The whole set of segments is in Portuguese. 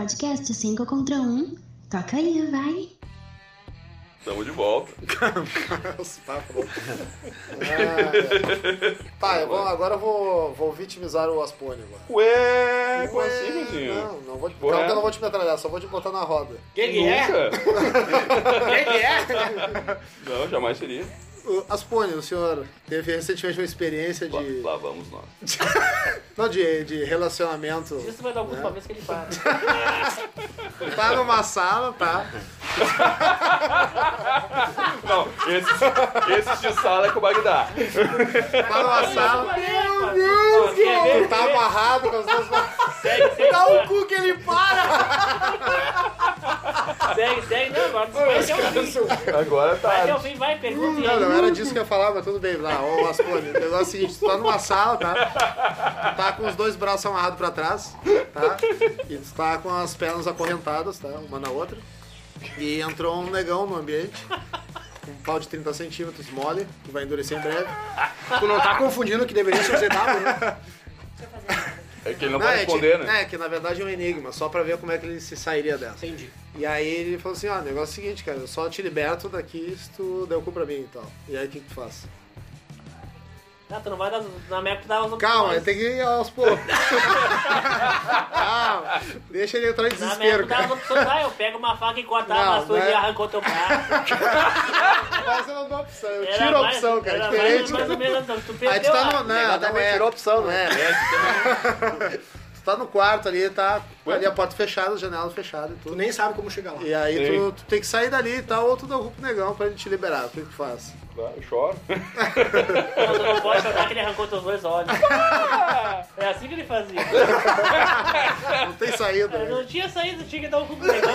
Podcast 5 contra 1. Toca aí, vai. Estamos de volta. Os É papos. Ah, tá, eu vou- agora eu vou, vou vitimizar o Aspone agora. É Ué, como assim, Guzinho? Não, não vou te, Porra. calma que eu não vou te metralhar, só vou te botar na roda. Que que é? Nunca. Que que é? Não, jamais seria. O Aspone, o senhor teve recentemente uma experiência Lá, de. lá vamos nós. Não, de, de relacionamento. Isso vai dar um alguns talvez que ele para. Tá numa sala, tá? Não, esse, esse de sala é com o Bagdá. Tá numa sala. Meu Meu Deus, Deus! tu Tá amarrado com as duas mãos. Segue, segue, Dá o cu que ele para! segue, segue. Não, agora tu vai até Agora tá. o fim. Vai até o fim, vai, pergunta. Não, não era disso que eu ia falar, mas tudo bem. Lá, ô Ascone, o negócio é o seguinte, tu tá numa sala, tá? Tu tá com os dois braços amarrados pra trás, tá? E tu tá com as pernas acorrentadas, tá? Uma na outra. E entrou um negão no ambiente. com Um pau de 30 centímetros, mole, que vai endurecer em breve. Tu não tá confundindo o que deveria ser aceitável, né? É que ele não, Não, pode é, responder, que, né? é que na verdade é um enigma, só pra ver como é que ele se sairia dessa. Entendi. E aí ele falou assim, ó, o negócio é o seguinte, cara, eu só te liberto daqui se tu der o cu pra mim e tal. E aí o que, que tu faz? Tá, tu não vai dar na meta tu dá os Calma, tem que ir aos poucos. Calma, deixa ele entrar em Na meta desespero, tu dá as cara. opções. Ah, eu pego uma faca e corto a Não, vassoura né? e arranco o teu braço. Mas eu não dou opção, eu Era tiro a mais- opção, cara, era diferente. Mais, mais ou menos, então, tu Aí perdeu tu tá a- no... Não, negócio não também é. tirou opção, não né? é. Tu tá no quarto ali, tá ali a porta fechada, a janela fechada e Tu tudo. nem sabe como chegar lá. E aí Sim. tu, tu tem que sair dali e tal, ou tu dá o cu pro negão pra ele te liberar. O que que tu faz? Ah, Eu choro. Não, tu não pode jogar que ele arrancou teus dois olhos. É assim que ele fazia. Não tem saída. Eu né? não tinha saído, tinha que dar o cu pro negão.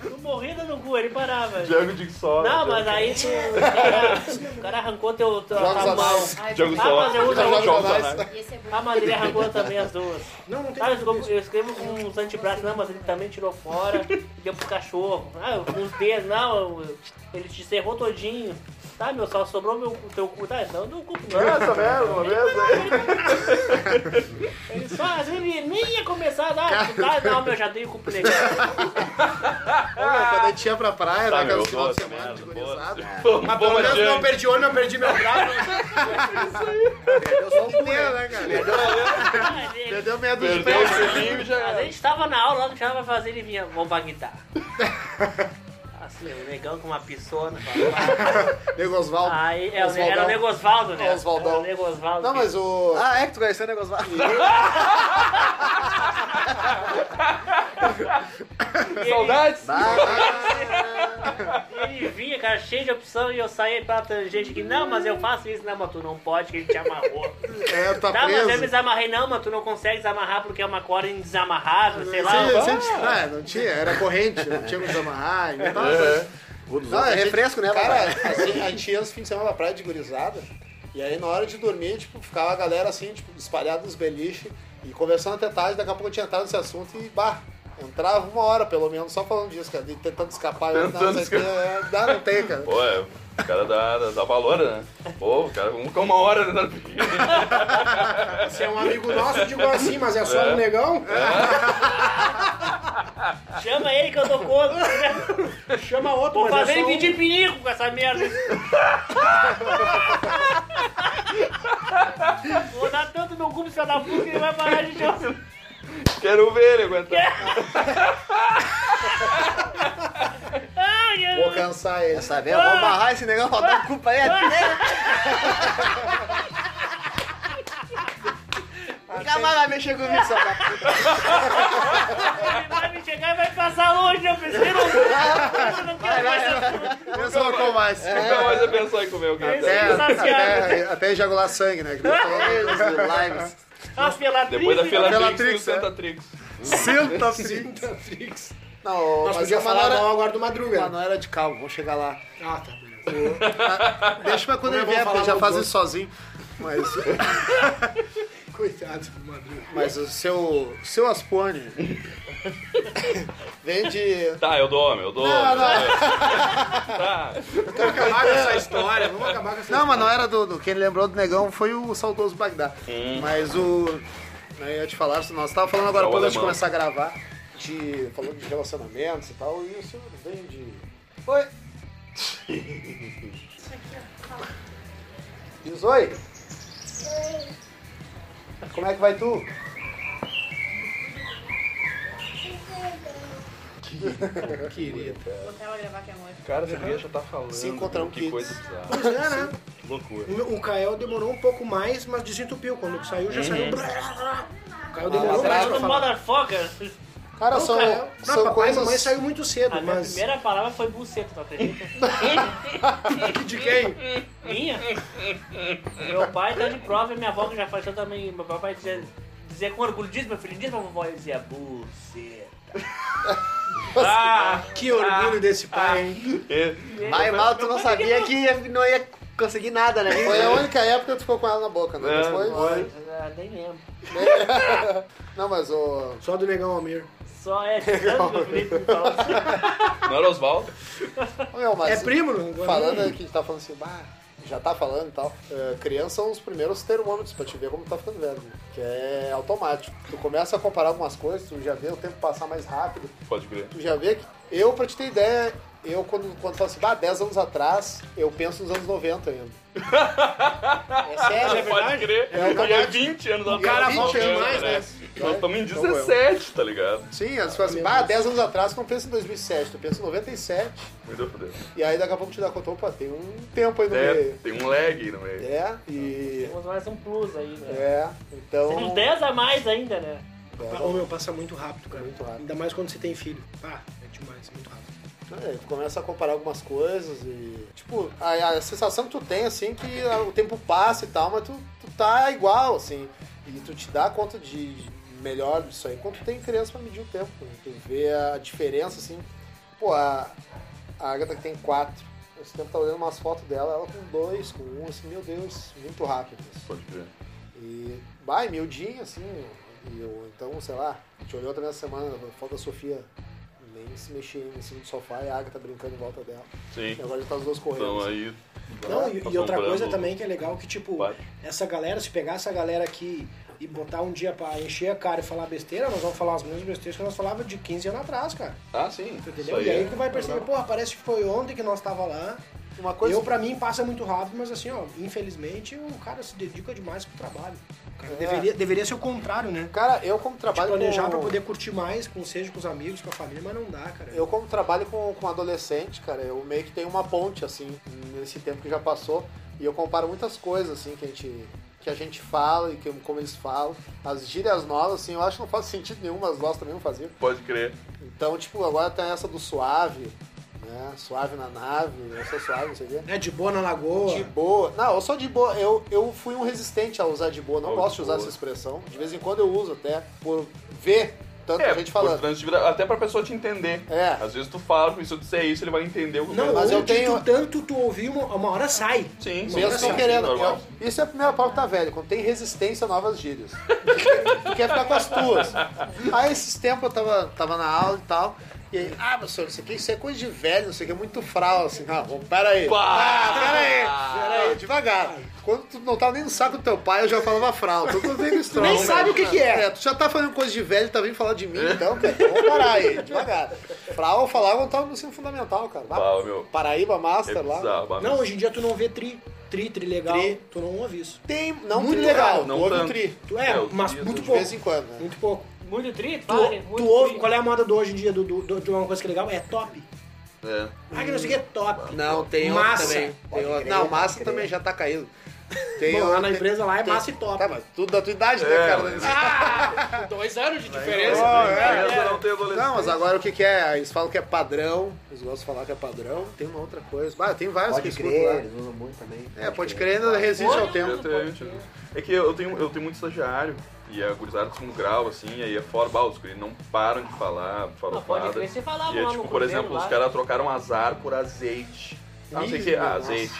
Tu morrida no cu, ele parava. Django de sola. Não, mas aí tu. O cara, o cara arrancou teu, teu Jogos tua mão. anais. Django Ah, sola. mas eu uso Django jogos sola, anais. né? é Ah, mas ele arrancou também as duas. Não, não tem Ah, eu escrevo, eu escrevo com um os antebraços, não, mas ele também tirou fora e deu pro cachorro. Ah, eu- com os dedos, não, eu- ele te cerrou todinho. Tá, meu, só sobrou meu, o teu cu. Tá, então eu dou o cu pro meu. É, Essa mesmo, uma vez né? aí. Ele só, às vezes ele nem ia começar, ah, tu tá, não, meu, já dei o cu pro negão. Ah, quando a gente ia pra praia, Tá, na casa meu, do final de nossa, semana, merda, de gurizada. Vamos, vamos, Django. perdi olho, não perdi meu braço. Perdeu só o cu, né? Perdeu, né, cara? Ah, ele- Perdeu meia dúzia de Perdeu o pés. selinho e já A era. gente tava na aula, não chamava pra fazer, ele vinha, vamos pra guitarra. Assim, o negão com uma pissona. Nego Osvaldo. Aí, é, o- era o Oswaldão. Negosvaldo, né? Oswaldão. Era o Negosvaldo. Não, mas o. Ah, é que tu conheceu o negócio lá. ele, Saudades? Ah, ele vinha, cara, cheio de opção, e eu saía pra tangente que, não, mas eu faço isso. Não, mas tu não pode, que ele te amarrou. É, tá não, mas eu me preso. desamarrei. Não, mas tu não consegue desamarrar porque é uma corda indesamarrável, sei lá. Sim, sim, ah, não tinha, era corrente, não tinha como desamarrar. Então, não, é refresco, né, Cara, papai? assim, a gente ia os fins de semana pra praia de gurizada, e aí na hora de dormir, tipo, ficava a galera assim, tipo, espalhada nos beliches, e conversando até tarde, daqui a pouco tinha entrado nesse assunto e, bah, entrava uma hora pelo menos só falando disso, cara, e tentando escapar. Eu, não, Tentando não, sei o quê, é, dá, não tem, cara. Pô, é, o cara dá, dá, dá valor, né? Pô, o cara, vamos ficar uma hora né? Você é um amigo nosso, eu digo assim, mas é só um negão? Chama ele que eu tô contra. Chama outro, Vou mas fazer é ele só um- pedir pinico com essa merda. Vou dar tanto no cu pro filho da puta que ele vai parar de chamar. Quero ver ele aguentar. Ai, eu- Vou cansar ele. Essa velha, vamos barrar esse negão, vou dar culpa aí. é Nunca mais vai mexer comigo, seu da Ele vai me chegar e vai passar longe, eu pensei, não, eu não quero mais essa puta. Deslocou mais. É. Nunca mais eu pensou em comer alguém. É, É, tá saciado. até, até ejacular sangue, né? que Deus falou. puta. A felatriz, Depois da Filatrix e o Filatrix, é. Santa Trix. Senta sim. Não, mas Nós podíamos é uma falar hora- mal agora do Madruga. Mas não era de calma, vou chegar lá. Ah, tá, beleza. Deixa pra quando Não ele é bom vier, porque falar ele já mal faz dos isso sozinho. Mas, Coitado do Madruga. mas o seu, seu Aspone vende. Tá, eu dou, meu, eu dou. Não, não. Tá. Vamos acabar com essa história, vamos acabar com essa Não, mas não era do. do- Quem lembrou do negão foi o saudoso Bagdá. Mas o. né, ia te falar, nós tava falando agora Tá Hum. o quando a gente alemão. começar a gravar, de, falando de relacionamentos e tal, e o senhor vem de... Oi! Diz oi! Como é que vai tu? Querido. Botava gravar que é amor. Cara, essa criança tá falando. Se encontrar um que kids. coisa bizarra. Pois é, né? Que loucura. O Kael demorou um pouco mais, mas desentupiu. Quando saiu, Uhum. já saiu. O Kael demorou mais pra Palavra do falar. motherfucker. Cara, Não, são, Kael- não, são papai e mamãe coisas... saiu muito cedo, A minha mas... primeira palavra foi buceta, tu acredita? De quem? Minha? Meu pai tá de prova e minha avó que já faz eu também. Meu papai dizia, dizia com orgulho, diz meu filho, diz pra vovó, ele dizia buceta. ah, Que orgulho desse pai, hein? É. Vai mal, tu não sabia que ia- não ia conseguir nada, né? Foi a única época que tu ficou com ela na boca, né? É, Depois- foi. ah, nem lembro. Não, mas o... Só do Negão Almir. Só é de tanto que assim. o Felipe me falou. Não era Osvaldo? Meu, mas É primo, não? Falando que a gente tá falando assim, bah, já tá falando e tal. É, criança são os primeiros termômetros pra te ver como tá ficando velho, né? que é automático. Tu começa a comparar algumas coisas, tu já vê o tempo passar mais rápido, Pode crer. tu já vê que. Eu, pra te ter ideia, eu quando, quando falo assim, bah, 10 anos atrás, eu penso nos anos 90 ainda. é sério, é Pode crer. É, E é 20 anos E era atrás. 20 voltando, anos mais, né? Nós estamos em Então, eu. 17, tá ligado? Sim, eles falam assim, bah, 10 anos atrás, tu não pensa em 2007, tu pensa em 97, Me deu fudeu. e aí daqui a pouco te dá conta, opa, tem um tempo aí no É, meio. tem um lag aí no meio. É, e. Temos mais um plus aí, né? É, então. Tem um uns 10 a mais ainda, né? É, Ô, meu, passa muito rápido, cara. Muito rápido. Ainda mais quando você tem filho. Ah, é demais, é muito rápido. É, tu começa a comparar algumas coisas e. Tipo, a, a sensação que tu tem, assim, que a- o tempo passa e tal, mas tu, tu tá igual, assim. E tu te dá conta de de melhor disso aí quando tu tem criança pra medir o tempo. né? Tu vê a diferença, assim. Pô, a, a Agatha que tem quatro. Esse tempo tá olhando umas fotos dela, ela com dois, com um, assim, meu Deus, muito rápido isso. Pode crer. E vai, miudinho, assim, e eu, então, sei lá, a gente olhou também essa semana, a foto da Sofia nem se mexendo em cima do sofá e a Agatha tá brincando em volta dela. E Sim. agora já tá os dois correndo. Então aí. Não, e, tá e outra assombrando coisa né? também que é legal que, tipo, Vai. essa galera, se pegar essa galera aqui e botar um dia pra encher a cara e falar besteira, nós vamos falar as mesmas besteiras que nós falávamos de 15 anos atrás, cara. Ah, sim. Isso Tu Entendeu? aí e aí é- tu vai perceber, porra, parece que foi ontem que nós tava lá. Uma coisa Eu, pra mim, passa muito rápido, mas assim, ó, infelizmente o cara se dedica demais pro trabalho. O cara É. deveria, deveria ser o contrário, né? Cara, eu como De trabalho planejar com... pra poder curtir mais, com, seja com os amigos, com a família, mas não dá, cara. Eu como trabalho com, com adolescente, cara, eu meio que tenho uma ponte, assim, nesse tempo que já passou. E eu comparo muitas coisas, assim, que a gente, que a gente fala e que, como eles falam. As gírias novas, assim, eu acho que não faz sentido nenhum, mas nós também não faziam. Pode crer. Então, tipo, agora tem essa do suave, né? Suave na nave, eu sou suave, não sei o quê. É de boa na lagoa. De boa. Não, eu sou de boa. Eu, eu fui um resistente a usar de boa. Não Oh, gosto de de usar boa. essa expressão. De vez em quando eu uso até por ver tanta É, gente por falando. transitividade, até pra pessoa te entender. É. Às vezes tu fala, se eu disser isso, ele vai entender o que Não, eu mas mas eu eu tenho- tu tanto tu ouvir, uma, uma hora sai. Sim, sim. Mesmo sim, sem sim, querendo. normal. Eu- isso é a primeira pauta velha, quando tem resistência a novas gírias. tu quer ficar com as tuas. Aí esses tempos eu tava, tava na aula e tal. E aí, ah, meu senhor, isso aqui isso é coisa de velho, isso aqui é muito fral, assim, ah, bom, pera aí. Pá! Ah, pera aí, pera aí, devagar. Quando tu não tava nem no saco do teu pai, eu já falava fral. Tu, tu, vem tu nem sabe o que que é. Tu já tá falando coisa de velho, tá vindo falar de mim, então, cara, vamos parar aí, devagar. Fral eu falava quando tava no ensino fundamental, cara. Lá, Fala, meu. Paraíba Master É lá. bizarro, mas- Não, hoje em dia tu não vê tri, tri, tri legal, Tri. tu não ouve isso. Tem, não Muito tri legal, raro, não tu ouve o tanto. tri. Tu é, É, eu mas queria muito De pouco. vez em quando, né? Muito pouco. Muito triste, Tu, vale, tu muito ouve, triste. qual é a moda do hoje em dia do, do, do- de uma coisa que é legal? É top. É. Ah, que não sei o que é top. Não, tem Massa. outro também. Tem outro. Não, massa também já tá caindo. Tem Bom, lá na tem- empresa lá é massa e top. Tá, mas tudo da tua idade, né, É, cara? mas- Dois anos de diferença. Ah, é. Criança não tem adolescente. Não, mas agora o que, que é? Eles falam que é padrão, eles gostam de falar que é padrão. Tem uma outra coisa. Ah, tem vários Pode que eu escuto crer, lá. eles usam muito também. É, pode crer, ainda resiste ao Eu é tempo. tenho, eu tenho. É que eu tenho, eu tenho muito estagiário e a gurizada do segundo grau, assim, aí é fora, bah, os guris não param de falar, farofada. pode crer, você falava e é lá no tipo, por Cruzeiro exemplo, os lá. caras trocaram azar por azeite. Ah, não sei o que, ah, Nossa. azeite.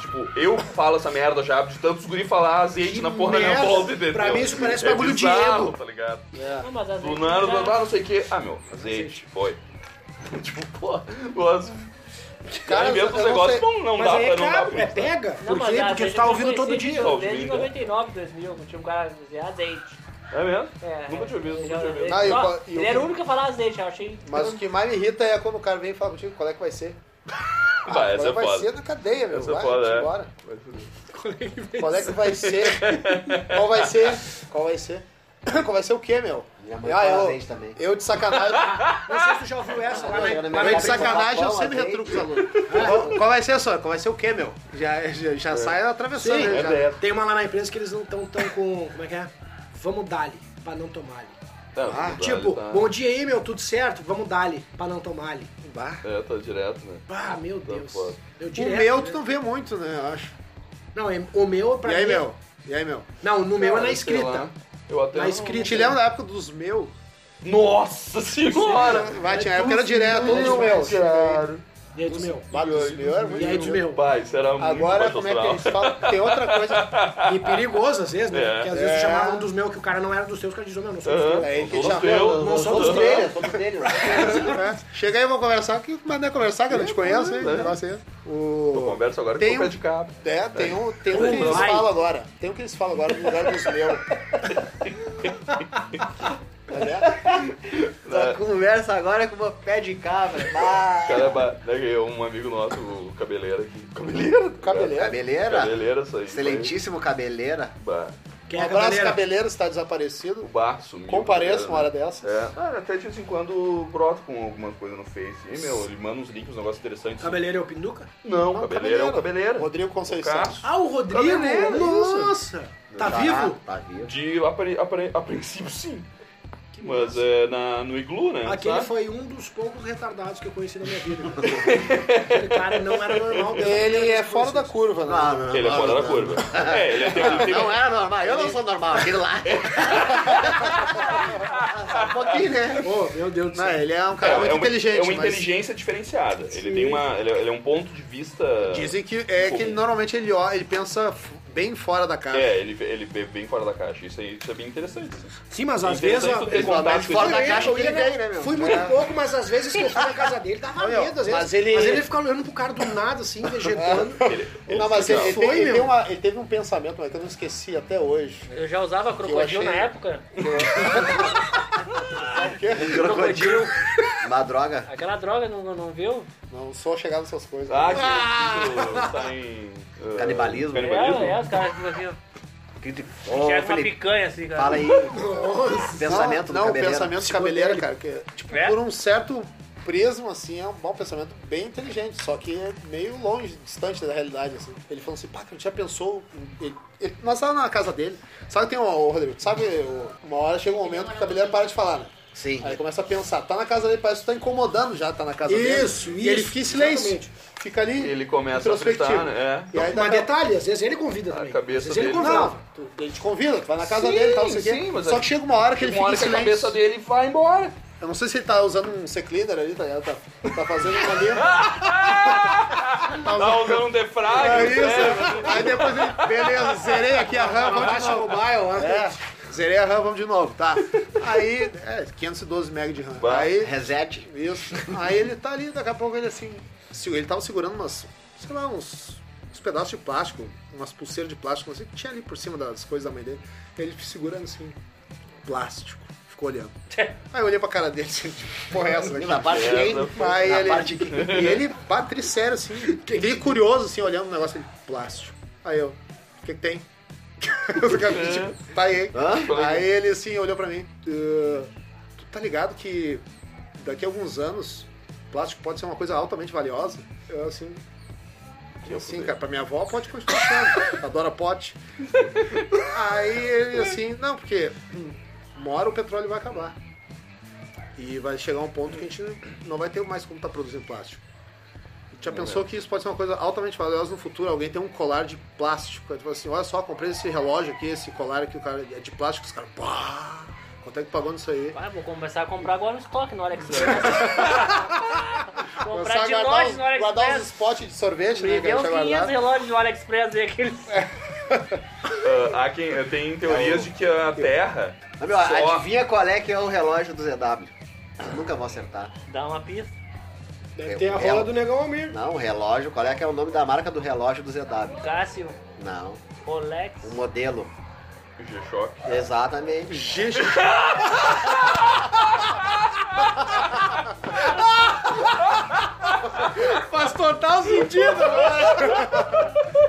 Tipo, eu falo essa merda já de tantos guri falar azeite na porra da minha merda. volta, entendeu? Pra mim isso parece é bagulho de bizarro, ego. tá ligado? É. Não, mas às Do vezes nada, já- do nada, não sei o que. Ah, meu, azeite, foi. tipo, pô, os Cara, caras inventam eu os não negócios, sei. não, não Mas dá aí pra é não tá? dá caro, pra é pega. Não, Por mas quê? às Porque vezes tu tá eu ouvindo todo conheci dia. isso Desde Ouvindo, é. 99, 2000, tinha um cara que dizia azeite. É mesmo? É, nunca tinha visto, nunca tinha visto. ele, Ah, e o só- pa- e o ele era que- o único a falar azeite, eu achei. Mas o que mais me irrita é quando o cara vem e fala "Tipo, contigo, qual é que vai ser? Bah, essa qual é que é vai ser foda. na cadeia, meu. Essa é vai, foda, gente, é. bora. Qual é que vai ser? Qual vai ser? Qual vai ser? Qual vai ser o quê, meu? Minha mãe Ah, fala eu- azeite também. Eu de sacanagem. Não sei se tu já ouviu essa lá, né? Mas Mas de sacanagem eu sempre retruco retruco. os alunos. Qual, qual vai ser, só? Qual vai ser o quê, meu? Já, é, já, É. já sai atravessando. Sim, né? é já. dessa. Tem uma lá na empresa que eles não estão tão com. Como é que é? Vamos dali, pra não tomar ali. Tá, Ah, tá, tipo, tá. bom dia aí, meu, tudo certo? Vamos dali, pra não tomar ali. Bah. É, tá direto, né? Ah, meu Tá Deus. foda. Eu O direto, meu né? tu não vê muito, né? Eu acho. Não, é- o meu pra e aí, mim é- meu? E aí, meu? Não, no meu é na Sei lá. escrita. Eu até Na não- escrita. Te lembra da época dos meus? Nossa senhora! Vai, tinha época era direto. Tudo no meu. E aí, do meu. Bah, dos meus era muito E aí, do meu. Pai, isso era muito Agora, baixo como é que astral. eles falam? Tem outra coisa. E perigoso, às vezes, né? É. Porque às vezes É. eu chamava um dos meus que o cara não era dos seus, o cara dizia, meu, não sou dos Aham, teus. É, sou que todo já- teu. não, não Sou somos todo três. teu. Eu sou dele, mano. né? Chega aí, vamos conversar. Que mané conversar, que eu não te conheço, hein? né? Negócio aí. Eu O... converso agora Tem com o pé um- de cabo. É, tem um, tem um que eles Vai. falam agora. Tem um que eles falam agora no lugar dos meus. Mas é, Essa conversa agora é com o pé de cabra. O Cara, é ba- né, que um amigo nosso, o cabeleira aqui. Cabeleira? cabeleiro. Cabeleira. Cabeleira, isso aí. Excelentíssimo cabeleira. Bah, Quem Um é a abraço, cabeleira? cabeleiro, está O desaparecido. bar sumiu. Compareça né? uma hora dessas. É. Ah, até de vez em quando broto com alguma coisa no Face. E, meu, ele manda uns links, uns negócios interessantes. Cabeleira é o Pinduca? Não, cabeleira é o cabeleiro. Rodrigo Conceição. Caço. Ah, o Rodrigo! é Cabeleira, Nossa! Tá vivo? Tá vivo. De, apre- apre- a princípio, sim. Mas é na, no iglu, né? Aquele sabe? foi um dos poucos retardados que eu conheci na minha vida. Aquele cara não era normal. mesmo. Ele é fora da curva, né? Não, não, Ele é fora da curva. É, ele é tem, ele tem- Não era normal, eu não sou normal, aquele lá. Só um pouquinho, né? Ô, meu Deus do Não, céu. ele é um é, cara muito é uma, inteligente. é uma mas inteligência diferenciada. Ele tem uma. Ele é, ele é um ponto de vista. Dizem que é que ele, normalmente ele, ó- ele pensa f- bem fora da casa. É, ele, ele vê bem fora da caixa. Isso, aí, isso é bem interessante. assim. Sim, mas às vezes. Interessante ó, tu ter contato com fora esse eu da ia- cara. caixa eu que ia ele na- vem, né, meu? Fui muito pouco, mas às vezes que eu fui na casa dele, dava medo. Às vezes. É. mas ele- É. mas ele ficava olhando pro cara do nada, assim, vegetando. Ele- Não, mas ele, ele Foi, tem- ele meu. tem uma- ele teve um pensamento, mas que eu não esqueci até hoje. Eu já usava crocodilo achei- na época. É. Crocodilo. Uma droga. Aquela droga, não, não- não viu? Não sou chegado nessas coisas. Ah, que ah! tá em. ah, Canibalismo. É, Canibalismo? é, os caras ficam assim, ó. Que de- Oh, Ô, uma Felipe, picanha assim, cara. fala aí. Pensamento do não, não, cabeleiro. pensamento de cabeleira, cara. Que, é, tipo, É? por um certo prisma, assim, é um bom pensamento bem inteligente, só que é meio longe, distante da realidade, assim. Ele falou assim, pá, cara, já pensou... Ele, ele- nós estávamos na casa dele, sabe que tem um... Ô, Rodrigo, tu sabe, o- uma hora chega um momento que o cabeleiro para de falar, né? Sim. Aí começa a pensar, tá na casa dele, parece que tu tá incomodando já, tá na casa dele. Isso, E ele isso, fica em silêncio. exatamente. Fica ali. Ele começa a introspectivo. fritar, né? É. E aí, Mas daqui a- detalhe, às vezes ele convida também. cabeça às vezes ele dele- convidava. Não, tu- ele te convida, tu vai na casa Sim, dele e tal, não sei o sim, quê. mas Só aí- que chega uma hora que ele Uma fica em hora que a silêncio. cabeça dele vai embora. Eu não sei se ele tá usando um C-Cleaner ali, tá, ligado? tá, tá fazendo uma linha. Tá usando um É defrag, isso. Aí depois ele, beleza, zerei aqui a RAM, vamos de novo. É, zerei a RAM, vamos de novo, tá. Aí, é, 512 MB de RAM. Bah. Aí, Reset. isso. Aí ele tá ali, daqui a pouco ele assim, se- ele tava segurando umas, sei lá, uns, uns pedaços de plástico, umas pulseiras de plástico, não sei o que tinha ali por cima das coisas da mãe dele. Ele segurando assim, plástico, ficou olhando. Aí eu olhei pra cara dele, assim, tipo, porra é essa daqui? Na parte Aí aí. Na ele, parte que. e ele bate sério, assim, bem curioso, assim, olhando o negócio de plástico. Aí eu, o que, que tem? Os caras, tipo, tá aí. Hã? Aí ele, assim, olhou pra mim, "Ah, tu tá ligado que daqui a alguns anos plástico pode ser uma coisa altamente valiosa? Eu, assim, Que eu Sim, fudei. cara, pra minha avó pode continuar sendo. Adora pote. Aí ele assim, não, porque hum, uma hora o petróleo vai acabar. E vai chegar um ponto que a gente não vai ter mais como estar produzindo plástico. Já pensou que isso pode ser uma coisa altamente valiosa no futuro? Alguém tem um colar de plástico. Aí tu fala assim, olha só, comprei esse relógio aqui, esse colar aqui, o cara é de plástico, os caras, pá! Quanto é que pagou nisso aí? Ah, vou começar a comprar agora os toques na hora que você Comprar de Começar a guardar nós um, uns- no guardar uns AliExpress. spots de sorvete, né? Me que deu a uns gente 500 guardar. relógios no AliExpress aí, aqueles... Ah, há quem, tem teorias de que a Terra. Ô, meu, só- adivinha qual é que é o relógio do ZW? Eu nunca vou acertar. Dá uma pista. Deve ter a é um- rola do negão Almir. Não, o relógio. Qual é que é o nome da marca do relógio do ZW? Cássio, Não. Rolex, O modelo. G-Shock. Exatamente. Gente, Faz total sentido, mano.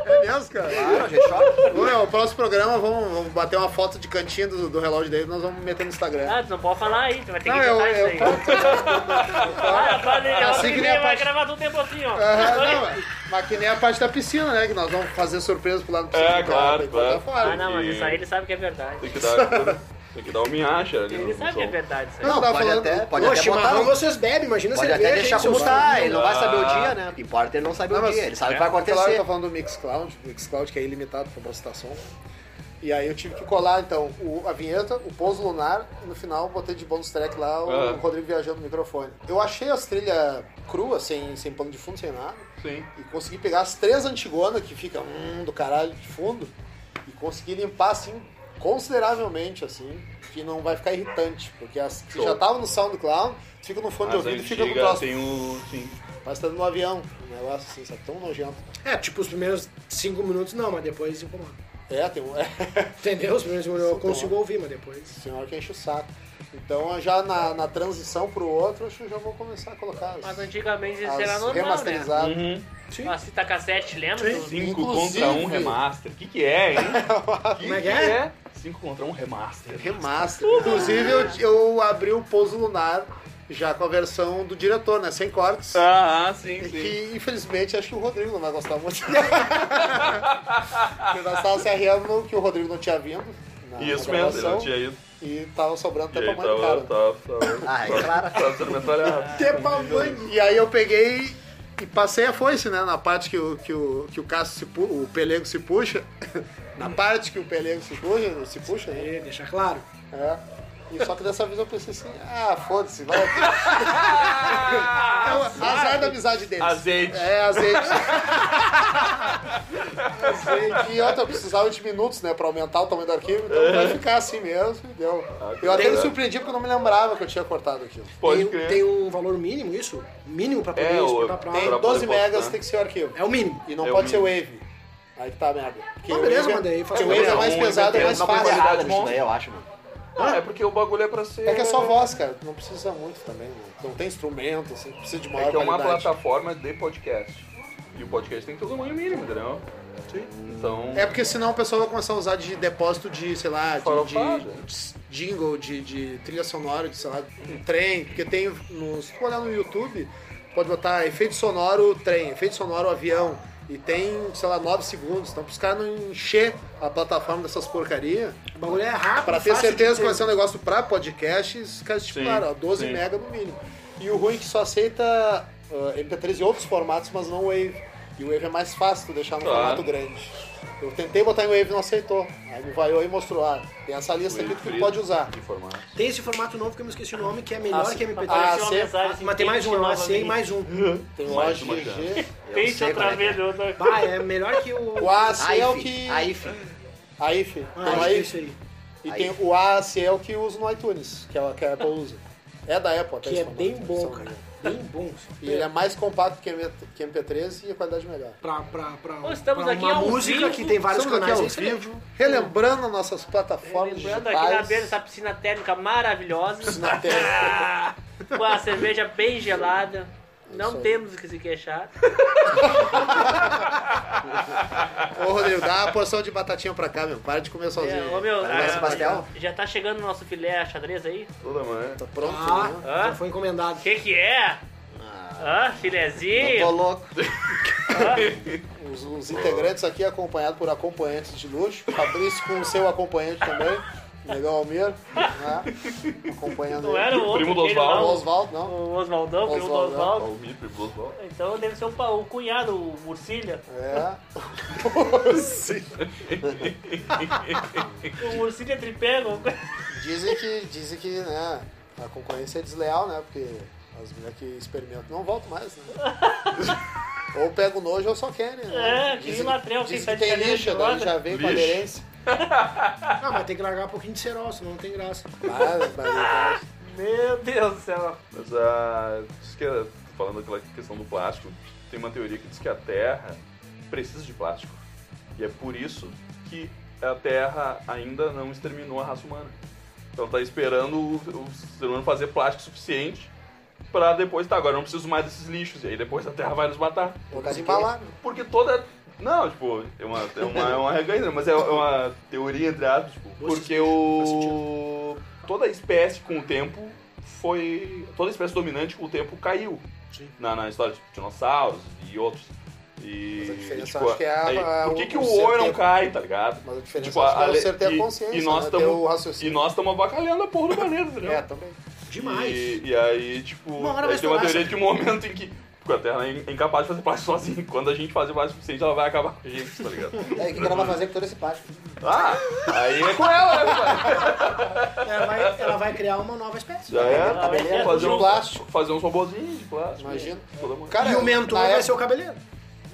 É mesmo, cara? Claro, G-Shock. Ô, meu, o próximo programa vamos, vamos bater uma foto de cantinho do, do relógio dele e nós vamos meter no Instagram. Ah, tu não pode falar aí, tu vai ter Não, que editar eu- eu- isso aí. Ah, fala aí, Assim assim que que nem a vem, vai parte- gravar de um tempo assim, ó. Aham, É, não, mas- mas que nem a parte da piscina, né? Que nós vamos fazer surpresa pro lado da É, piscina. claro, tem que claro. botar então tá fora. Ah, não, mas isso aí ele sabe que é verdade. Tem que dar. tem que dar o minhacha ali. Ele no sabe que é som. verdade isso aí. Não, tá Pode falando. até, pode Ô, até botar um- chimarrão no... vocês bebem, imagina Pode cerveja. até hein, deixar seus como tá, filhos. ele não vai saber Ah. o dia, né? O que importa é ele não sabe Não, o Ah, mas- dia, ele sabe o que vai Claro, tá acontecer. falando do Mixcloud, o Mixcloud que é ilimitado pra processar som. E aí eu tive que colar, então, o- a vinheta, o Pouso Lunar, e no final botei de bônus track lá o Ah. Rodrigo viajando no microfone. Eu achei as trilhas cruas, sem, sem pano de fundo, sem nada, Sim. e consegui pegar as três antigonas que fica hum, do caralho de fundo, e consegui limpar, assim, consideravelmente, assim, que não vai ficar irritante, porque as que Show. já estavam no SoundCloud, fica no fone As de ouvido e fica no antigas troço. tem o. Sim. Parece que tá no avião, um negócio assim, sabe? Tão nojento. É, tipo, os primeiros cinco minutos não, mas depois incomoda. É, tem um... Entendeu? Os primeiros minutos eu Sim, consigo toma. ouvir, mas depois. senhora que enche o saco. Então já na, na transição pro outro, acho que eu já vou começar a colocar as, Mas antigamente isso era as normal, né? remasterizadas. Uhum. Sim. A fita cassete, lembra? Sim. do- 5 Tá. Inclusive- contra 1 um remaster. O que, que é, hein? Como é que é? 5 contra 1 um remaster. Remaster. Uhum. Inclusive eu, eu abri o Pouso Lunar já com a versão do diretor, né? Sem cortes. Ah, sim, sim. Que infelizmente acho que o Rodrigo não vai gostar muito. Porque nós tava se arriando que o Rodrigo não tinha vindo. Na, na Isso mesmo, ele gravação, não tinha ido. E tava sobrando E até pra aí mãe do tava, cara. né? tava, tava, Ah, é claro. tava sendo metralhado. E aí eu peguei e passei a foice, né? Na parte que o, que o, que o Cássio se pu- o pelego se puxa. Na parte que o pelego se puxa, se puxa, né? É, deixar claro. É. E só que dessa vez eu pensei assim, ah, foda-se, vai. É o azar da amizade deles. Azeite. É, azeite. azeite. E outra, eu precisava de minutos, né, pra aumentar o tamanho do arquivo, então É. vai ficar assim mesmo, e deu. Ah, Eu até me surpreendi porque eu não me lembrava que eu tinha cortado aquilo. Pode tem, crer. tem um valor mínimo isso? Mínimo pra poder É, o- exportar pra tem- Tem Pra poder 12 megas, postar. tem que ser o arquivo. É o mínimo. E não É pode o ser Wave. Aí que tá a merda. Porque Ah, o beleza, Wave é- mas daí faz porque o um- Wave é é mais um- pesado, é é mais uma Coisa coisa fácil. errada errada bom. nisso daí, eu acho, mano. né? Ah, é porque o bagulho é pra ser. É que é só voz, cara. Não precisa muito também. né? Não tem instrumento, assim. Precisa de maior É que é uma qualidade. plataforma de podcast. E o podcast tem que ter o tamanho mínimo, entendeu? Sim. Então. É porque senão o pessoal vai começar a usar de depósito de, sei lá, de, Farofada. de- de jingle, de, de trilha sonora, de, sei lá, um trem. Porque tem, no, se tu olhar no YouTube, pode botar efeito sonoro trem, efeito sonoro avião. E tem, sei lá, 9 segundos. Então, pros caras não encher a plataforma dessas porcarias, O bagulho é rápido. Pra ter fácil certeza de que vai ser um negócio pra é podcast, os caras estipularam, ó, 12 sim. tipo, mega no mínimo. E o ruim é que só aceita ah, MP3 e outros formatos, mas não Wave. E o Wave é mais fácil tu deixar no Claro. formato grande. Eu tentei botar em Wave não aceitou. Aí me vaiou e mostrou, ah, tem essa lista aqui que tu Wilfrido, pode usar. de formato. Tem esse formato novo que eu me esqueci o nome, que é melhor Ah, que MP3. ah, Apareceu uma sim. mensagem assim, mas tem mais um, tente é um AC e novamente. mais um. Tem o Mais uma OGG. Eu Tente sei né, outra como é vez, que é. outra vez. Pá, é melhor que o. O AC Aí, é o fi, que... Aí, fi. Aí, fi. Tem Ah, o acho que é Aí, isso aí. E Aí. tem o AC é o que usa no iTunes, que é que a Apple usa. É da Apple, até Que esse é formato, bem essa bom, opção, cara. né? Bem bom. E ele é mais compacto que MP3 e a qualidade melhor. Pra, pra, pra, Ô, estamos pra aqui uma ao música vivo. que tem vários Estamos aqui canais. ao é excelente. vivo, relembrando nossas plataformas Lembrando aqui na tá digitais. beira dessa piscina térmica maravilhosa, na tela. com a cerveja bem gelada. Não temos o que se queixar. Ô, Rodrigo, dá uma porção de batatinha pra cá, meu. Para de comer sozinho. É, ô, meu, Vai lá, é, esse pastel. já tá chegando o nosso filé a xadrez aí? Toda manhã. Tá pronto, né? Ah, Hã? já foi encomendado. Que que é? Ah, Eu tô filézinho. louco. Os, os integrantes aqui acompanhados por acompanhantes de luxo. Fabrício com o seu acompanhante também. Legal Almir, né? Acompanhando Não ele. era o outro, Primo do aquele lá, O Oswaldo. Oswaldo, não. O Oswaldão, primo do Oswaldo, né? Oswaldo. Ó, Tá O Mipre, Bluesball. Então deve ser o, pa- o cunhado, o Murcilha. É. Sim. O é Murcilha tripé, alguma coisa. Dizem que, dizem que né, a concorrência é desleal, né? Porque as mulheres que experimentam não voltam mais, né? ou pega o nojo ou só querem, né? É, que latrão, dizem que quem tá de tem cadeira lixa, de daí roda. já vem com Lixa. aderência. Ah, mas tem que largar um pouquinho de cerol, senão não tem graça. Para, para, para. Meu Deus do céu. Mas a. Diz que, falando daquela questão do plástico, tem uma teoria que diz que a Terra precisa de plástico. E é por isso que a Terra ainda não exterminou a raça humana. Então tá esperando o, o ser humano fazer plástico suficiente pra depois, tá, agora eu não preciso mais desses lixos. E aí depois a Terra vai nos matar. Vou desembalar. Porque toda. Não, tipo, é uma, é uma, é uma regra, mas é uma teoria entre aspas, tipo, porque o. Toda espécie com o tempo foi. Toda espécie dominante com o tempo caiu. Na, na história de dinossauros e outros. E. Mas a diferença tipo, acho que é a- aí, a- por que, o- que o o ser oi não ter- cai, tá ligado? Mas a diferença Tipo, acho que a é le- o ser ter e- a consciência, e nós né? Ter tamo- o raciocínio. E nós estamos avacalhando a porra do planeta, entendeu? É, também. Demais. E, e aí, tipo, Uma hora aí vai tem uma estourar teoria de um momento em que. Porque a Terra é in- é incapaz de fazer plástico sozinha. Quando a gente fazer plástico suficiente, ela vai acabar com a gente, tá ligado? Aí o que que ela vai fazer com todo esse plástico? Ah, aí é com ela, né, pai? Ela vai, ela vai criar uma nova espécie. Já é. Ela vai ser fazer, tudo um, de plástico. fazer uns robozinhos de plástico. Imagina. Toda mãe. Cara, e o mentor na vai época- ser o cabeleiro.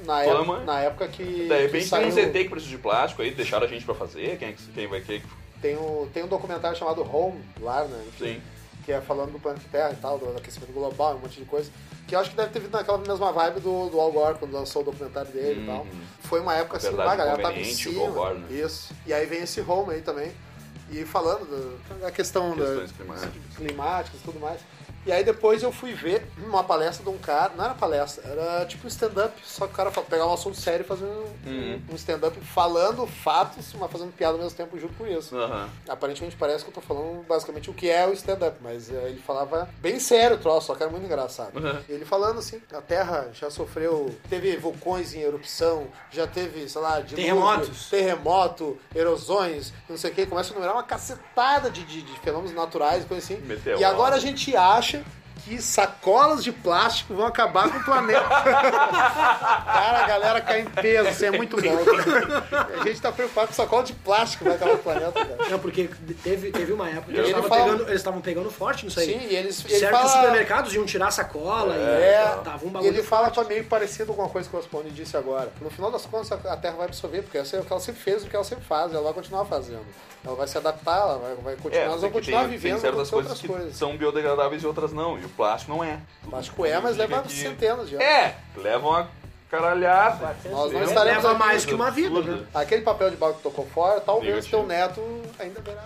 Na, Fala, época, mãe. na época que. De que repente tem saiu, um CT que precisa de plástico aí, deixaram a gente pra fazer. Quem, é que- quem vai quem, tem um, tem um documentário chamado Home, lá, né? Enfim, Sim. que é falando do planeta Terra e tal, do aquecimento global, um monte de coisa. Que eu acho que deve ter vindo naquela mesma vibe do, do Al Gore, quando lançou o documentário dele e tal. Uhum. Foi uma época assim, Verdade, lá, a galera tava em conveniente, o cima. Al Gore, né? Isso. E aí vem esse Home aí também. E falando do- da questão da, Questões climáticas. climáticas e tudo mais. E aí depois eu fui ver uma palestra de um cara, não era palestra, era tipo um stand-up, só que o cara fa- pegava um assunto sério e fazia um, Uhum. um stand-up falando fatos, mas fazendo piada ao mesmo tempo junto com isso. Aham. Aparentemente parece que eu tô falando basicamente o que é o stand-up, mas eh, ele falava bem sério o troço, só que era muito engraçado. Uhum. Ele falando assim, a Terra já sofreu, teve vulcões em erupção, já teve, sei lá, dilúvio, Terremotos. terremoto, erosões, não sei o que, começa a numerar uma cacetada de, de- de fenômenos naturais, coisa assim. Meteoro. E agora a gente acha que sacolas de plástico vão acabar com o planeta. Cara, a galera cai em peso, isso é muito bom. cara. A gente tá preocupado com sacola de plástico vai acabar com o planeta, cara. Não, porque teve, teve uma época que Ele eles estavam fala- pegando, eles estavam pegando forte nisso aí. Sim, e eles, ele Certos fala- supermercados iam tirar a sacola É, e tava um e bagulho. ele fala tá meio parecido com uma coisa que o Ospone disse agora. No final das contas, a Terra vai absorver, porque essa é o que ela sempre fez, o que ela sempre faz, ela vai continuar fazendo. Ela vai se adaptar, ela vai, vai continuar, É, nós tem, vamos que continuar tem, tem vivendo certas com coisas outras que coisas. são biodegradáveis e outras não. E o plástico não é. O Plástico é, mas leva Significa que- centenas de anos. É, levam a caralhada. Nós não Leva estaremos leva aqui. mais que uma vida, Absurda. né? Aquele papel de barro que tocou fora, talvez Negativo. teu neto ainda verá.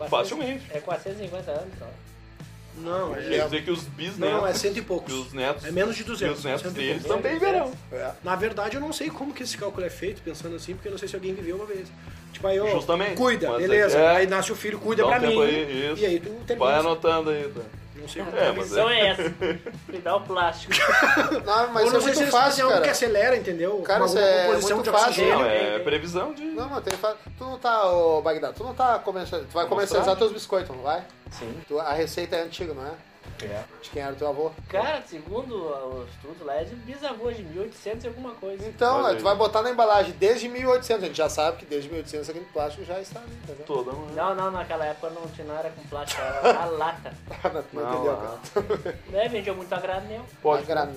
né? Facilmente. É 450 anos só. Não, é, Quer dizer que os bisnetos. não, é cento e poucos. E os netos. É menos e de os 200. netos cento e deles poucos. É. também verão. Na verdade, eu não sei como que esse cálculo é feito, pensando assim, porque eu não sei se alguém viveu uma vez. Tipo, aí, ó, Justamente. cuida, Mas beleza. é- Aí nasce o filho, cuida Dá um pra tempo mim. aí, isso. e aí tu termina. Vai anotando aí. tá? Não sei como. É, a mas missão é. é, essa. Me dá o plástico. Não, mas Ou isso não é sei se muito eles fazem fácil, algo que assim. cara. acelera, entendeu? Cara, Com isso alguma é composição muito um de fácil. oxigênio. Não, é previsão de. Não, mas tem, fa- tu não tá, ô Bagdá, tu não tá comercializando, tu vai comercializar teus biscoitos, não vai? Sim. Tu- a receita é antiga, não é? É. De quem era teu avô. Cara, segundo o estudo lá, é de bisavô de 1800 e alguma coisa. Então, Olha né, aí. tu vai botar na embalagem desde 1800. A gente já sabe que desde 1800 aquele plástico já está ali, tá entendeu? Toda, mano. Não, não, naquela época não tinha nada com plástico, era a lata. Não, Não, entendeu, não. cara? Né, vendia muito a granel. Pode. granel.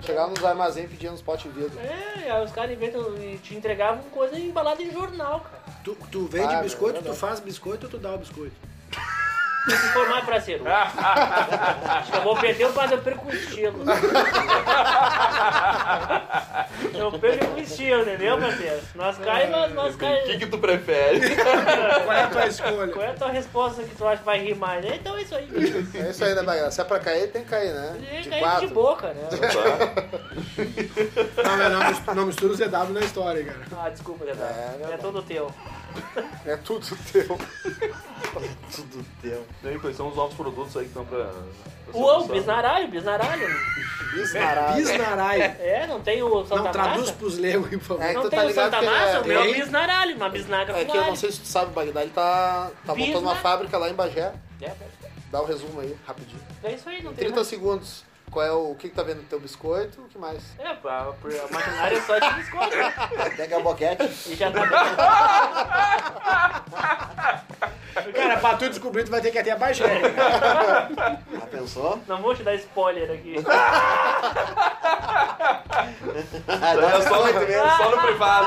Chegava nos armazéns pedindo uns potes de vidro. É, aí os caras inventam e te entregavam coisa embalada em jornal, cara. Tu, tu vende Ah, biscoito, é tu faz biscoito ou tu dá o biscoito? Tem que informar pra ser um. Acho que eu vou perder o padre, eu perco o estilo. Eu perco o estilo, entendeu, parceiro? Nós cai, nós, nós O que, cai. que tu prefere? Qual é a tua escolha? Qual é a tua resposta que tu acha que vai rir mais? Então é isso aí. É isso aí, né, Bagdá? Se é pra cair, tem que cair, né? De, De de, de quatro. boca, né? Tá. Não, não, não, mis- não mistura o ZW na história, cara. Ah, desculpa, Dedá. É, É, meu todo teu. É tudo teu. Tudo teu. E aí, quais são os novos produtos aí que estão pra. pra ser Uou, lançado? bisnaralho, bisnaralho. Bisnarado. Bisnarai. É, não tem o Santa Não, traduz Massa? pros legos, por favor. É que Não tu tem tá o ligado Santa que Massa, é- o meu é tem. bisnaralho, uma bisnaga É com que eu não alho. sei se tu sabe, Bagdá, ele tá, tá montando uma Bisnarado. fábrica lá em Bagé. É, Dá o resumo aí, rapidinho. é isso aí, não tem 30 segundos. Qual é o, o que, que tá vendo no teu biscoito? O que mais? É, pra- pra- a maquinária é só de biscoito. Pega a boquete. E já tá Cara, pra tu descobrir, tu vai ter que até abaixar. Já pensou? Não vou te dar spoiler aqui. É só, no- só no privado.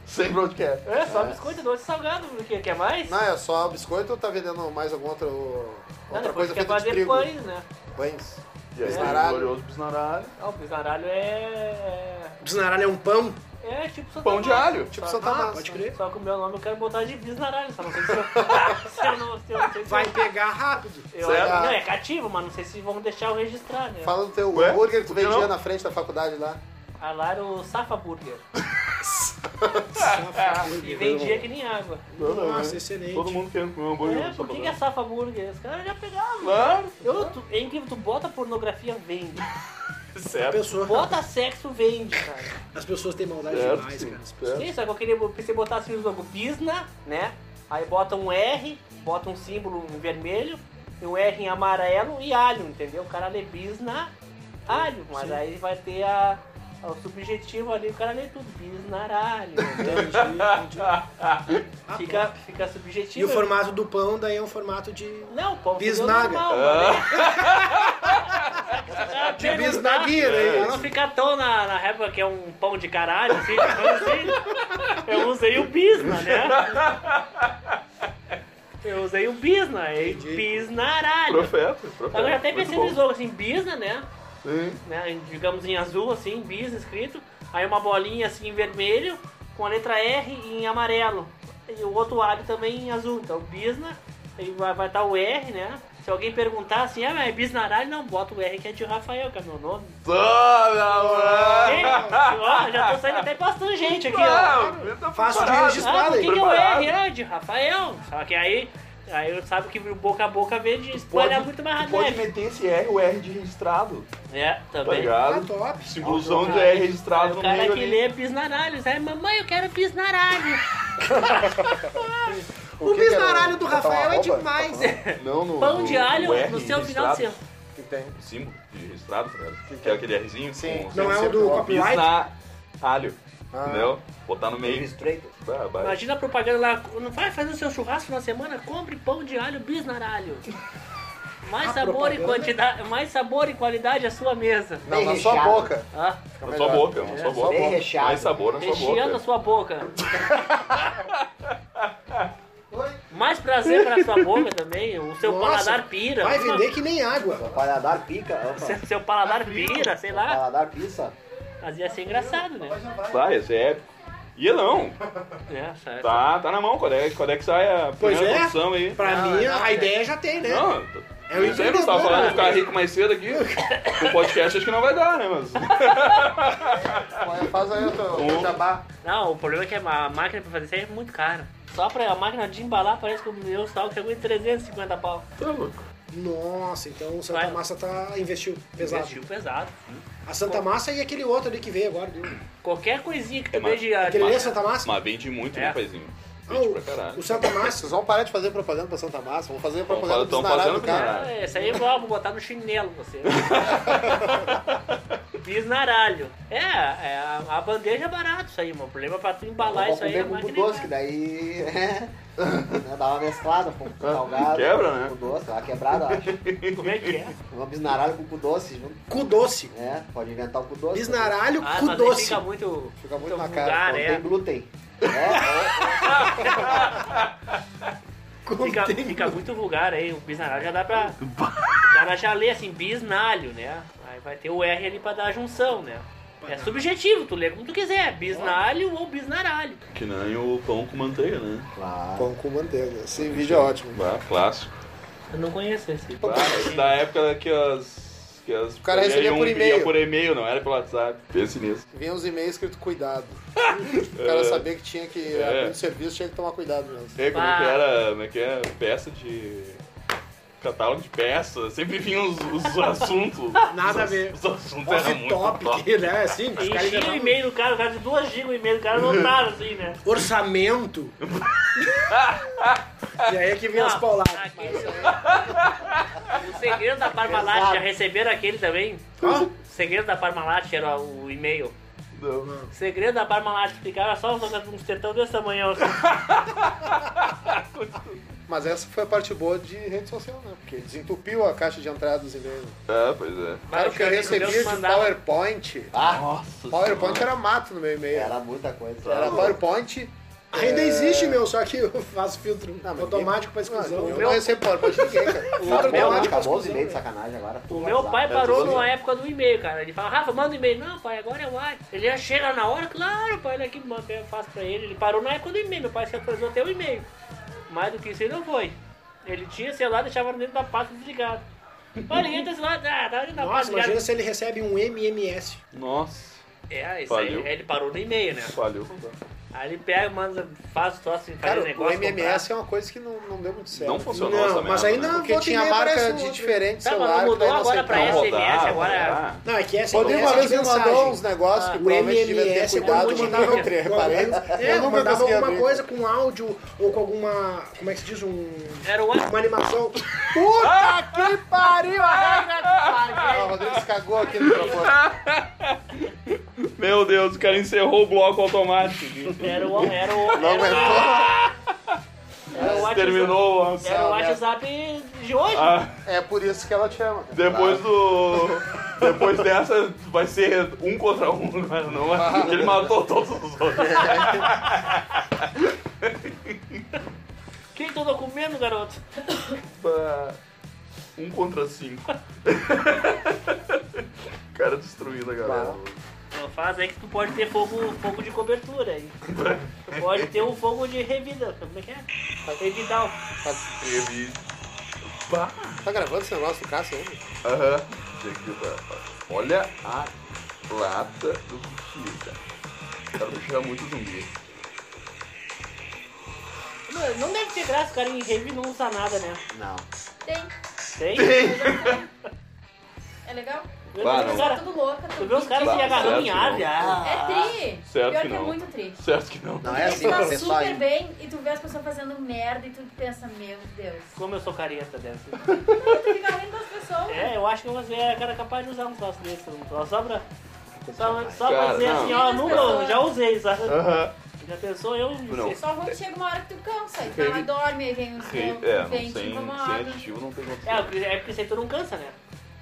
Sem broadcast. É só biscoito doce salgado, porque quer mais? Não, é só biscoito ou tá vendendo mais alguma outra, Não, outra depois coisa quer feita de fazer trigo? pães, né? Pães. E aí, Bisnaralho. glorioso bisnaralho. Ah, o bisnaralho é. Bisnaralho é um pão. É tipo Santa Pão de Massa. alho. Tipo Só- Santa Ah, Massa. Pode crer. Só que o meu nome eu quero botar de bisnaralho, só não sei se eu, se eu não se eu não sei se Vai eu, pegar rápido. eu, Certo. Não, é cativo, mas não sei se vão deixar eu registrar, né? Fala do teu Ué? hambúrguer que tu Por que vendia não? na frente da faculdade lá. Ah, lá era o Safa Burger. É, e vendia que nem água. Não, não, Nossa, né? excelente. Todo mundo querendo comer um hambúrguer. só É, por que, pra que é dar. Safa Burger? Os caras já pegavam. Claro, Eu, tu, é incrível, tu bota pornografia, vende. A certo. pessoa- Bota sexo, vende, cara. as pessoas têm maldade Certo, demais, sim. cara. As pessoas- Certo. Sim, só que eu queria que você botasse o jogo assim Bisna, né? Aí bota um R, bota um símbolo em vermelho, e um R em amarelo e alho, entendeu? O cara lê Bisna, alho. Mas aí vai ter a, a- o subjetivo ali, o cara lê tudo, Bisnaralho. entendeu? Entendi, entendi. fica, fica Ah, E subjetivo. o formato do pão daí é um formato de. Não, o pão Bisnaga. Ah. normal, né? Ah, mano. De bisnagueira, é Pra isso. não ficar tão na, na época que é um pão de caralho, assim, mas assim, eu usei o bisna, né? Eu usei o bisna, e bisnaralho. Profeta, profeta. Eu já até Muito pensei bom. no jogo, assim, bisna, né? Sim. né? em- Digamos em azul, assim, bis escrito. Aí uma bolinha, assim, em vermelho, com a letra R em amarelo. E o outro alho também em azul. Então, bisna, aí vai estar o R, né? Se alguém perguntar assim, ah, mas é bisnaralho, não, bota o R que é de Rafael, que é meu nome. Toma, Ei, é. ó, já tô saindo até bastante gente aqui, ó. mano! Faço de registro. Ah, por que, que é o Preparado. R? É de Rafael. Só que aí, aí eu sabe que o boca a boca vem de espalhar Pode, muito mais tu pode rápido. meter esse R, o R de registrado, É, tá também. Ah, ligado? top. Simbolzão de Aí, R registrado O no cara meio que ali. lê bisnaralhos, aí, mamãe, eu quero bisnaralho. O que que era? bisnaralho do Botar uma Rafael é arroba? demais. Não, no, Pão de no- alho no R no seu registrado. final de semana. Que tem. Símbolo de registrado, tá ligado? Que é aquele Rzinho. Sim. com- Não é o Sempre do bom. copyright? Pisar alho, Ah. entendeu? Botar no meio. Illustrator. Bah, bah. Imagina a propaganda lá, não vai fazer o seu churrasco na semana, compre pão de alho bisnaralho. Mais A sabor e propaganda. quantidade, mais sabor e qualidade à sua mesa. Não, na Bem sua recheado. boca. Ah, Na sua boca, na sua boca. bem recheado. Mais sabor na sua recheando a boca. sua boca. Mais prazer para sua boca também, o seu Nossa, paladar pira. Vai vender Tá que nem água. O paladar pica. opa. Seu, seu paladar pira, sei O lá. paladar pisa. Mas ia ser engraçado, né? Vai, esse é épico. Ia não. É, sabe? Tá, tá na mão, quando é, quando é que sai a Pois primeira é. produção aí? Pra Ah, Não, mim, é não, a ideia já tem, né? Não, É o não sei, você tava empreendedor, falando né? de ficar rico mais cedo aqui. O podcast acho que não vai dar, né? Mas Faz aí o teu Um. jabá. Não, o problema é que a máquina pra fazer isso aí é muito cara. Só pra a máquina de embalar parece que o meu saldo chegou em 350 pau. Nossa, então o Santa Vai. Massa tá investiu pesado. Investiu pesado. A Santa Massa e aquele outro ali que veio agora. viu? Qualquer coisinha que tu É, mas- veja Aquele ali é Santa Massa? mas vende muito, É. né, paizinho? Ah, Vende pra o, caralho. o Santa Massa. Vocês vão parar de fazer propaganda pra Santa Massa, vão fazer Vão propaganda fazer- tão do Narado, fazendo cara. pro É, Essa aí é igual, vou botar no chinelo você. Bisnaralho. É, é, a, a bandeja é barato isso aí, mano. O problema é pra tu embalar Vou isso aí é comer a com o máquina. doce, é que daí... né, Dá uma mesclada com Ah, o salgado. Quebra, né? Com o doce, dá uma quebrada, eu acho. cara. Como é que é? Uma bisnaralha com o cu doce junto. Cu doce. É, pode inventar o cu doce. Bisnaralho, Ah, cu mas aí doce. fica muito. Fica muito na vulgar, cara, Não é. tem glúten. É, Fica, fica muito vulgar aí, o bisnaralho já dá pra. O cara já lê assim, bisnalho, né? Aí vai ter o R ali pra dar a junção, né? É subjetivo, tu lê como tu quiser, bisnalho ou bisnaralho. Que nem o pão com manteiga, né? claro. Pão com manteiga. Esse vídeo é ótimo. Bah, clássico. Eu não conheço esse. Bah, esse da época que as. Que as o cara recebia por e-mail. por e-mail, não era pelo WhatsApp. Pense nisso. Vinha uns e-mails escrito cuidado. O cara sabia que tinha que É. abrir o serviço, tinha que tomar cuidado mesmo. Sei como é Ah. que era, como é que é, peça de... Catálogo de peças, sempre vinha os, os assuntos. Nada os, a ver. Os assuntos eram Off muito é top, top. né? Assim, os caras Enchia o inventavam e-mail do cara, o cara de duas gigas o e-mail do cara lotado assim, né? orçamento. e aí é que vem as Não, pauladas. aquele- O segredo da Parmalat, já receberam aquele também? O segredo da Parmalat era o e-mail. O segredo da Parmalat ficava só uns uns tetão desse tamanho. assim. Mas essa foi a parte boa de rede social, né? Porque desentupiu a caixa de entrada dos e-mails. É, pois é. Cara, o que eu Mas tinha recebia que de mandar. PowerPoint. Ah, Nossa PowerPoint era mato no meu e-mail. era muita coisa. Era PowerPoint, Ainda existe, meu, só que eu faço filtro É. Ah, mas automático pra ah, exclusão. Eu não recebo PowerPoint de ninguém, cara. Tá O é Abel Abel- acabou os e-mails de sacanagem agora. O meu é pai parou numa época do e-mail, cara. Ele fala, Rafa, manda um e-mail. Não, pai, agora é o WhatsApp. Ele já chega na hora, claro, pai, ele aqui manda, eu faço pra ele. Ele parou na época do e-mail, meu pai se atrasou até o e-mail. Mais do que isso ele não foi. Ele tinha celular e deixava dentro da pasta desligado. Olha, ninguém tá celular, ah, tá dentro da Nossa, pasta imagina desligada. se ele recebe um MMS. Nossa, É, isso aí, Valeu. ele parou no e-mail, né? valeu. Aí ele pega, manda, faz o troço, faz Cara, o o negócio. MMS é uma coisa que não, não deu muito certo. Não funcionou essa merda. mas ainda- né? Porque Volta e tinha meia marca aparece um de outro. diferente Tá, mas celular. mudou daí não agora aceitava. pra Não SMS rodava, agora- né? Não, é que essa é Rodrigo essa uma vez de me mensagem. mandou uns negócios Ah, que o provavelmente devia ter MMS cuidado, mandava- mandava eu crer, reparei. É, Eu nunca mandava consegui alguma abrir. coisa com áudio ou com alguma. Como é que se diz? Um. Era o WhatsApp. Uma animação. Puta que pariu! Ah, o Rodrigo se cagou aqui no microfone. Meu Deus, o cara encerrou o bloco automático. Era o era o- Não era o- aguentou. era o WhatsApp- Terminou o Era o né? WhatsApp de hoje. Ah, É por isso que ela te ama. cara. Tá. depois do. Depois dessa vai ser um contra um, agora não. é? Ele matou todos os outros. Quem tá comendo, garoto? Um contra cinco. Cara destruindo a galera. Não faz aí que tu pode ter fogo, fogo de cobertura aí. Tu pode ter um fogo de revida. Como é que é? Revidal. Ele. Tá gravando esse negócio do Cássio ainda? Aham. Tinha que botar. Olha a lata do bicho, cara. Cara, o bicho era muito zumbi. Mano, não deve ter graça, o cara em revi não usa nada, né? Não. Tem. Tem? É legal? Eu Bah, não vi não. os Tá cara- tudo louca. Tu vê os caras se Bah, agarrando certo em que árvore. não. É Ah, tri. Certo Pior que que é não. muito tri. Certo que não. Não é assim, Porque tu tá você só super ir. bem e tu vê as pessoas fazendo merda e tu pensa, meu Deus. como eu sou careta dessa. Tu fica rindo das pessoas. É, eu acho que você é cara capaz de usar um troço desse. Um troço só pra, só, só pra Cara, dizer não. assim, ó, nunca, já usei, sabe? Aham. Já pensou eu? Não. Só quando chega uma hora que tu cansa. E tu Rei- vai lá, dorme, aí vem os pontos, É, não, vem sem, te sem incomoda. aditivo não tem É, condição. porque- é porque você tu não cansa, né?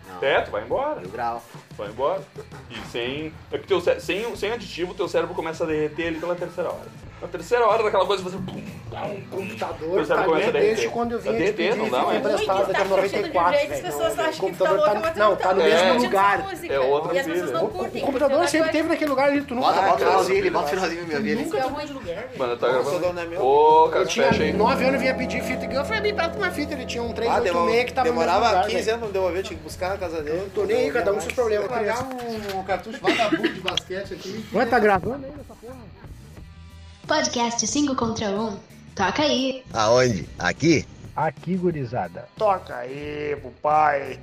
Não. É, tu vai embora. Mil grau. Vai embora. E sem. É que teu cé- sem, sem aditivo, teu cérebro começa a derreter ali pela terceira hora. Na terceira hora daquela coisa você. Pum, um, pum, pum. Computador, Teu cérebro começa a derreter. desde quando eu vim Tá te derreter, pedir, não dá, fica mais. emprestado, Muito tá no tá curtindo 94, direito, as velho, pessoas não, acham o que computador tá tá- louco, não, tá no mas tu mesmo curte lugar. essa música. É outra E as pessoas vida. não O curtem. computador porque sempre tem teve um naquele lugar ali, tu nunca Ah, Bota, bota o tá lá. finalzinho, ele bota o finalzinho pra me ouvir. ele- aquela coisa- É ruim de lugar. Mano, tá Nossa, gravando. dona é meu. Ô, cara, Eu tinha fecha aí. 9 anos e vinha pedir fita. Eu falei, me presta uma fita. Ele tinha um Ah, 386 que tava no mesmo demorava lugar, 15 velho. anos pra me devolver, tinha que buscar na casa dele. Eu tô nem aí, cada um com seus problemas. Pagar criança. um, um cartucho vagabundo de basquete aqui. Ué, tá gravando? Podcast 5 contra 1. Toca aí. Aonde? Aqui? Aqui, gurizada. Toca aí, pai.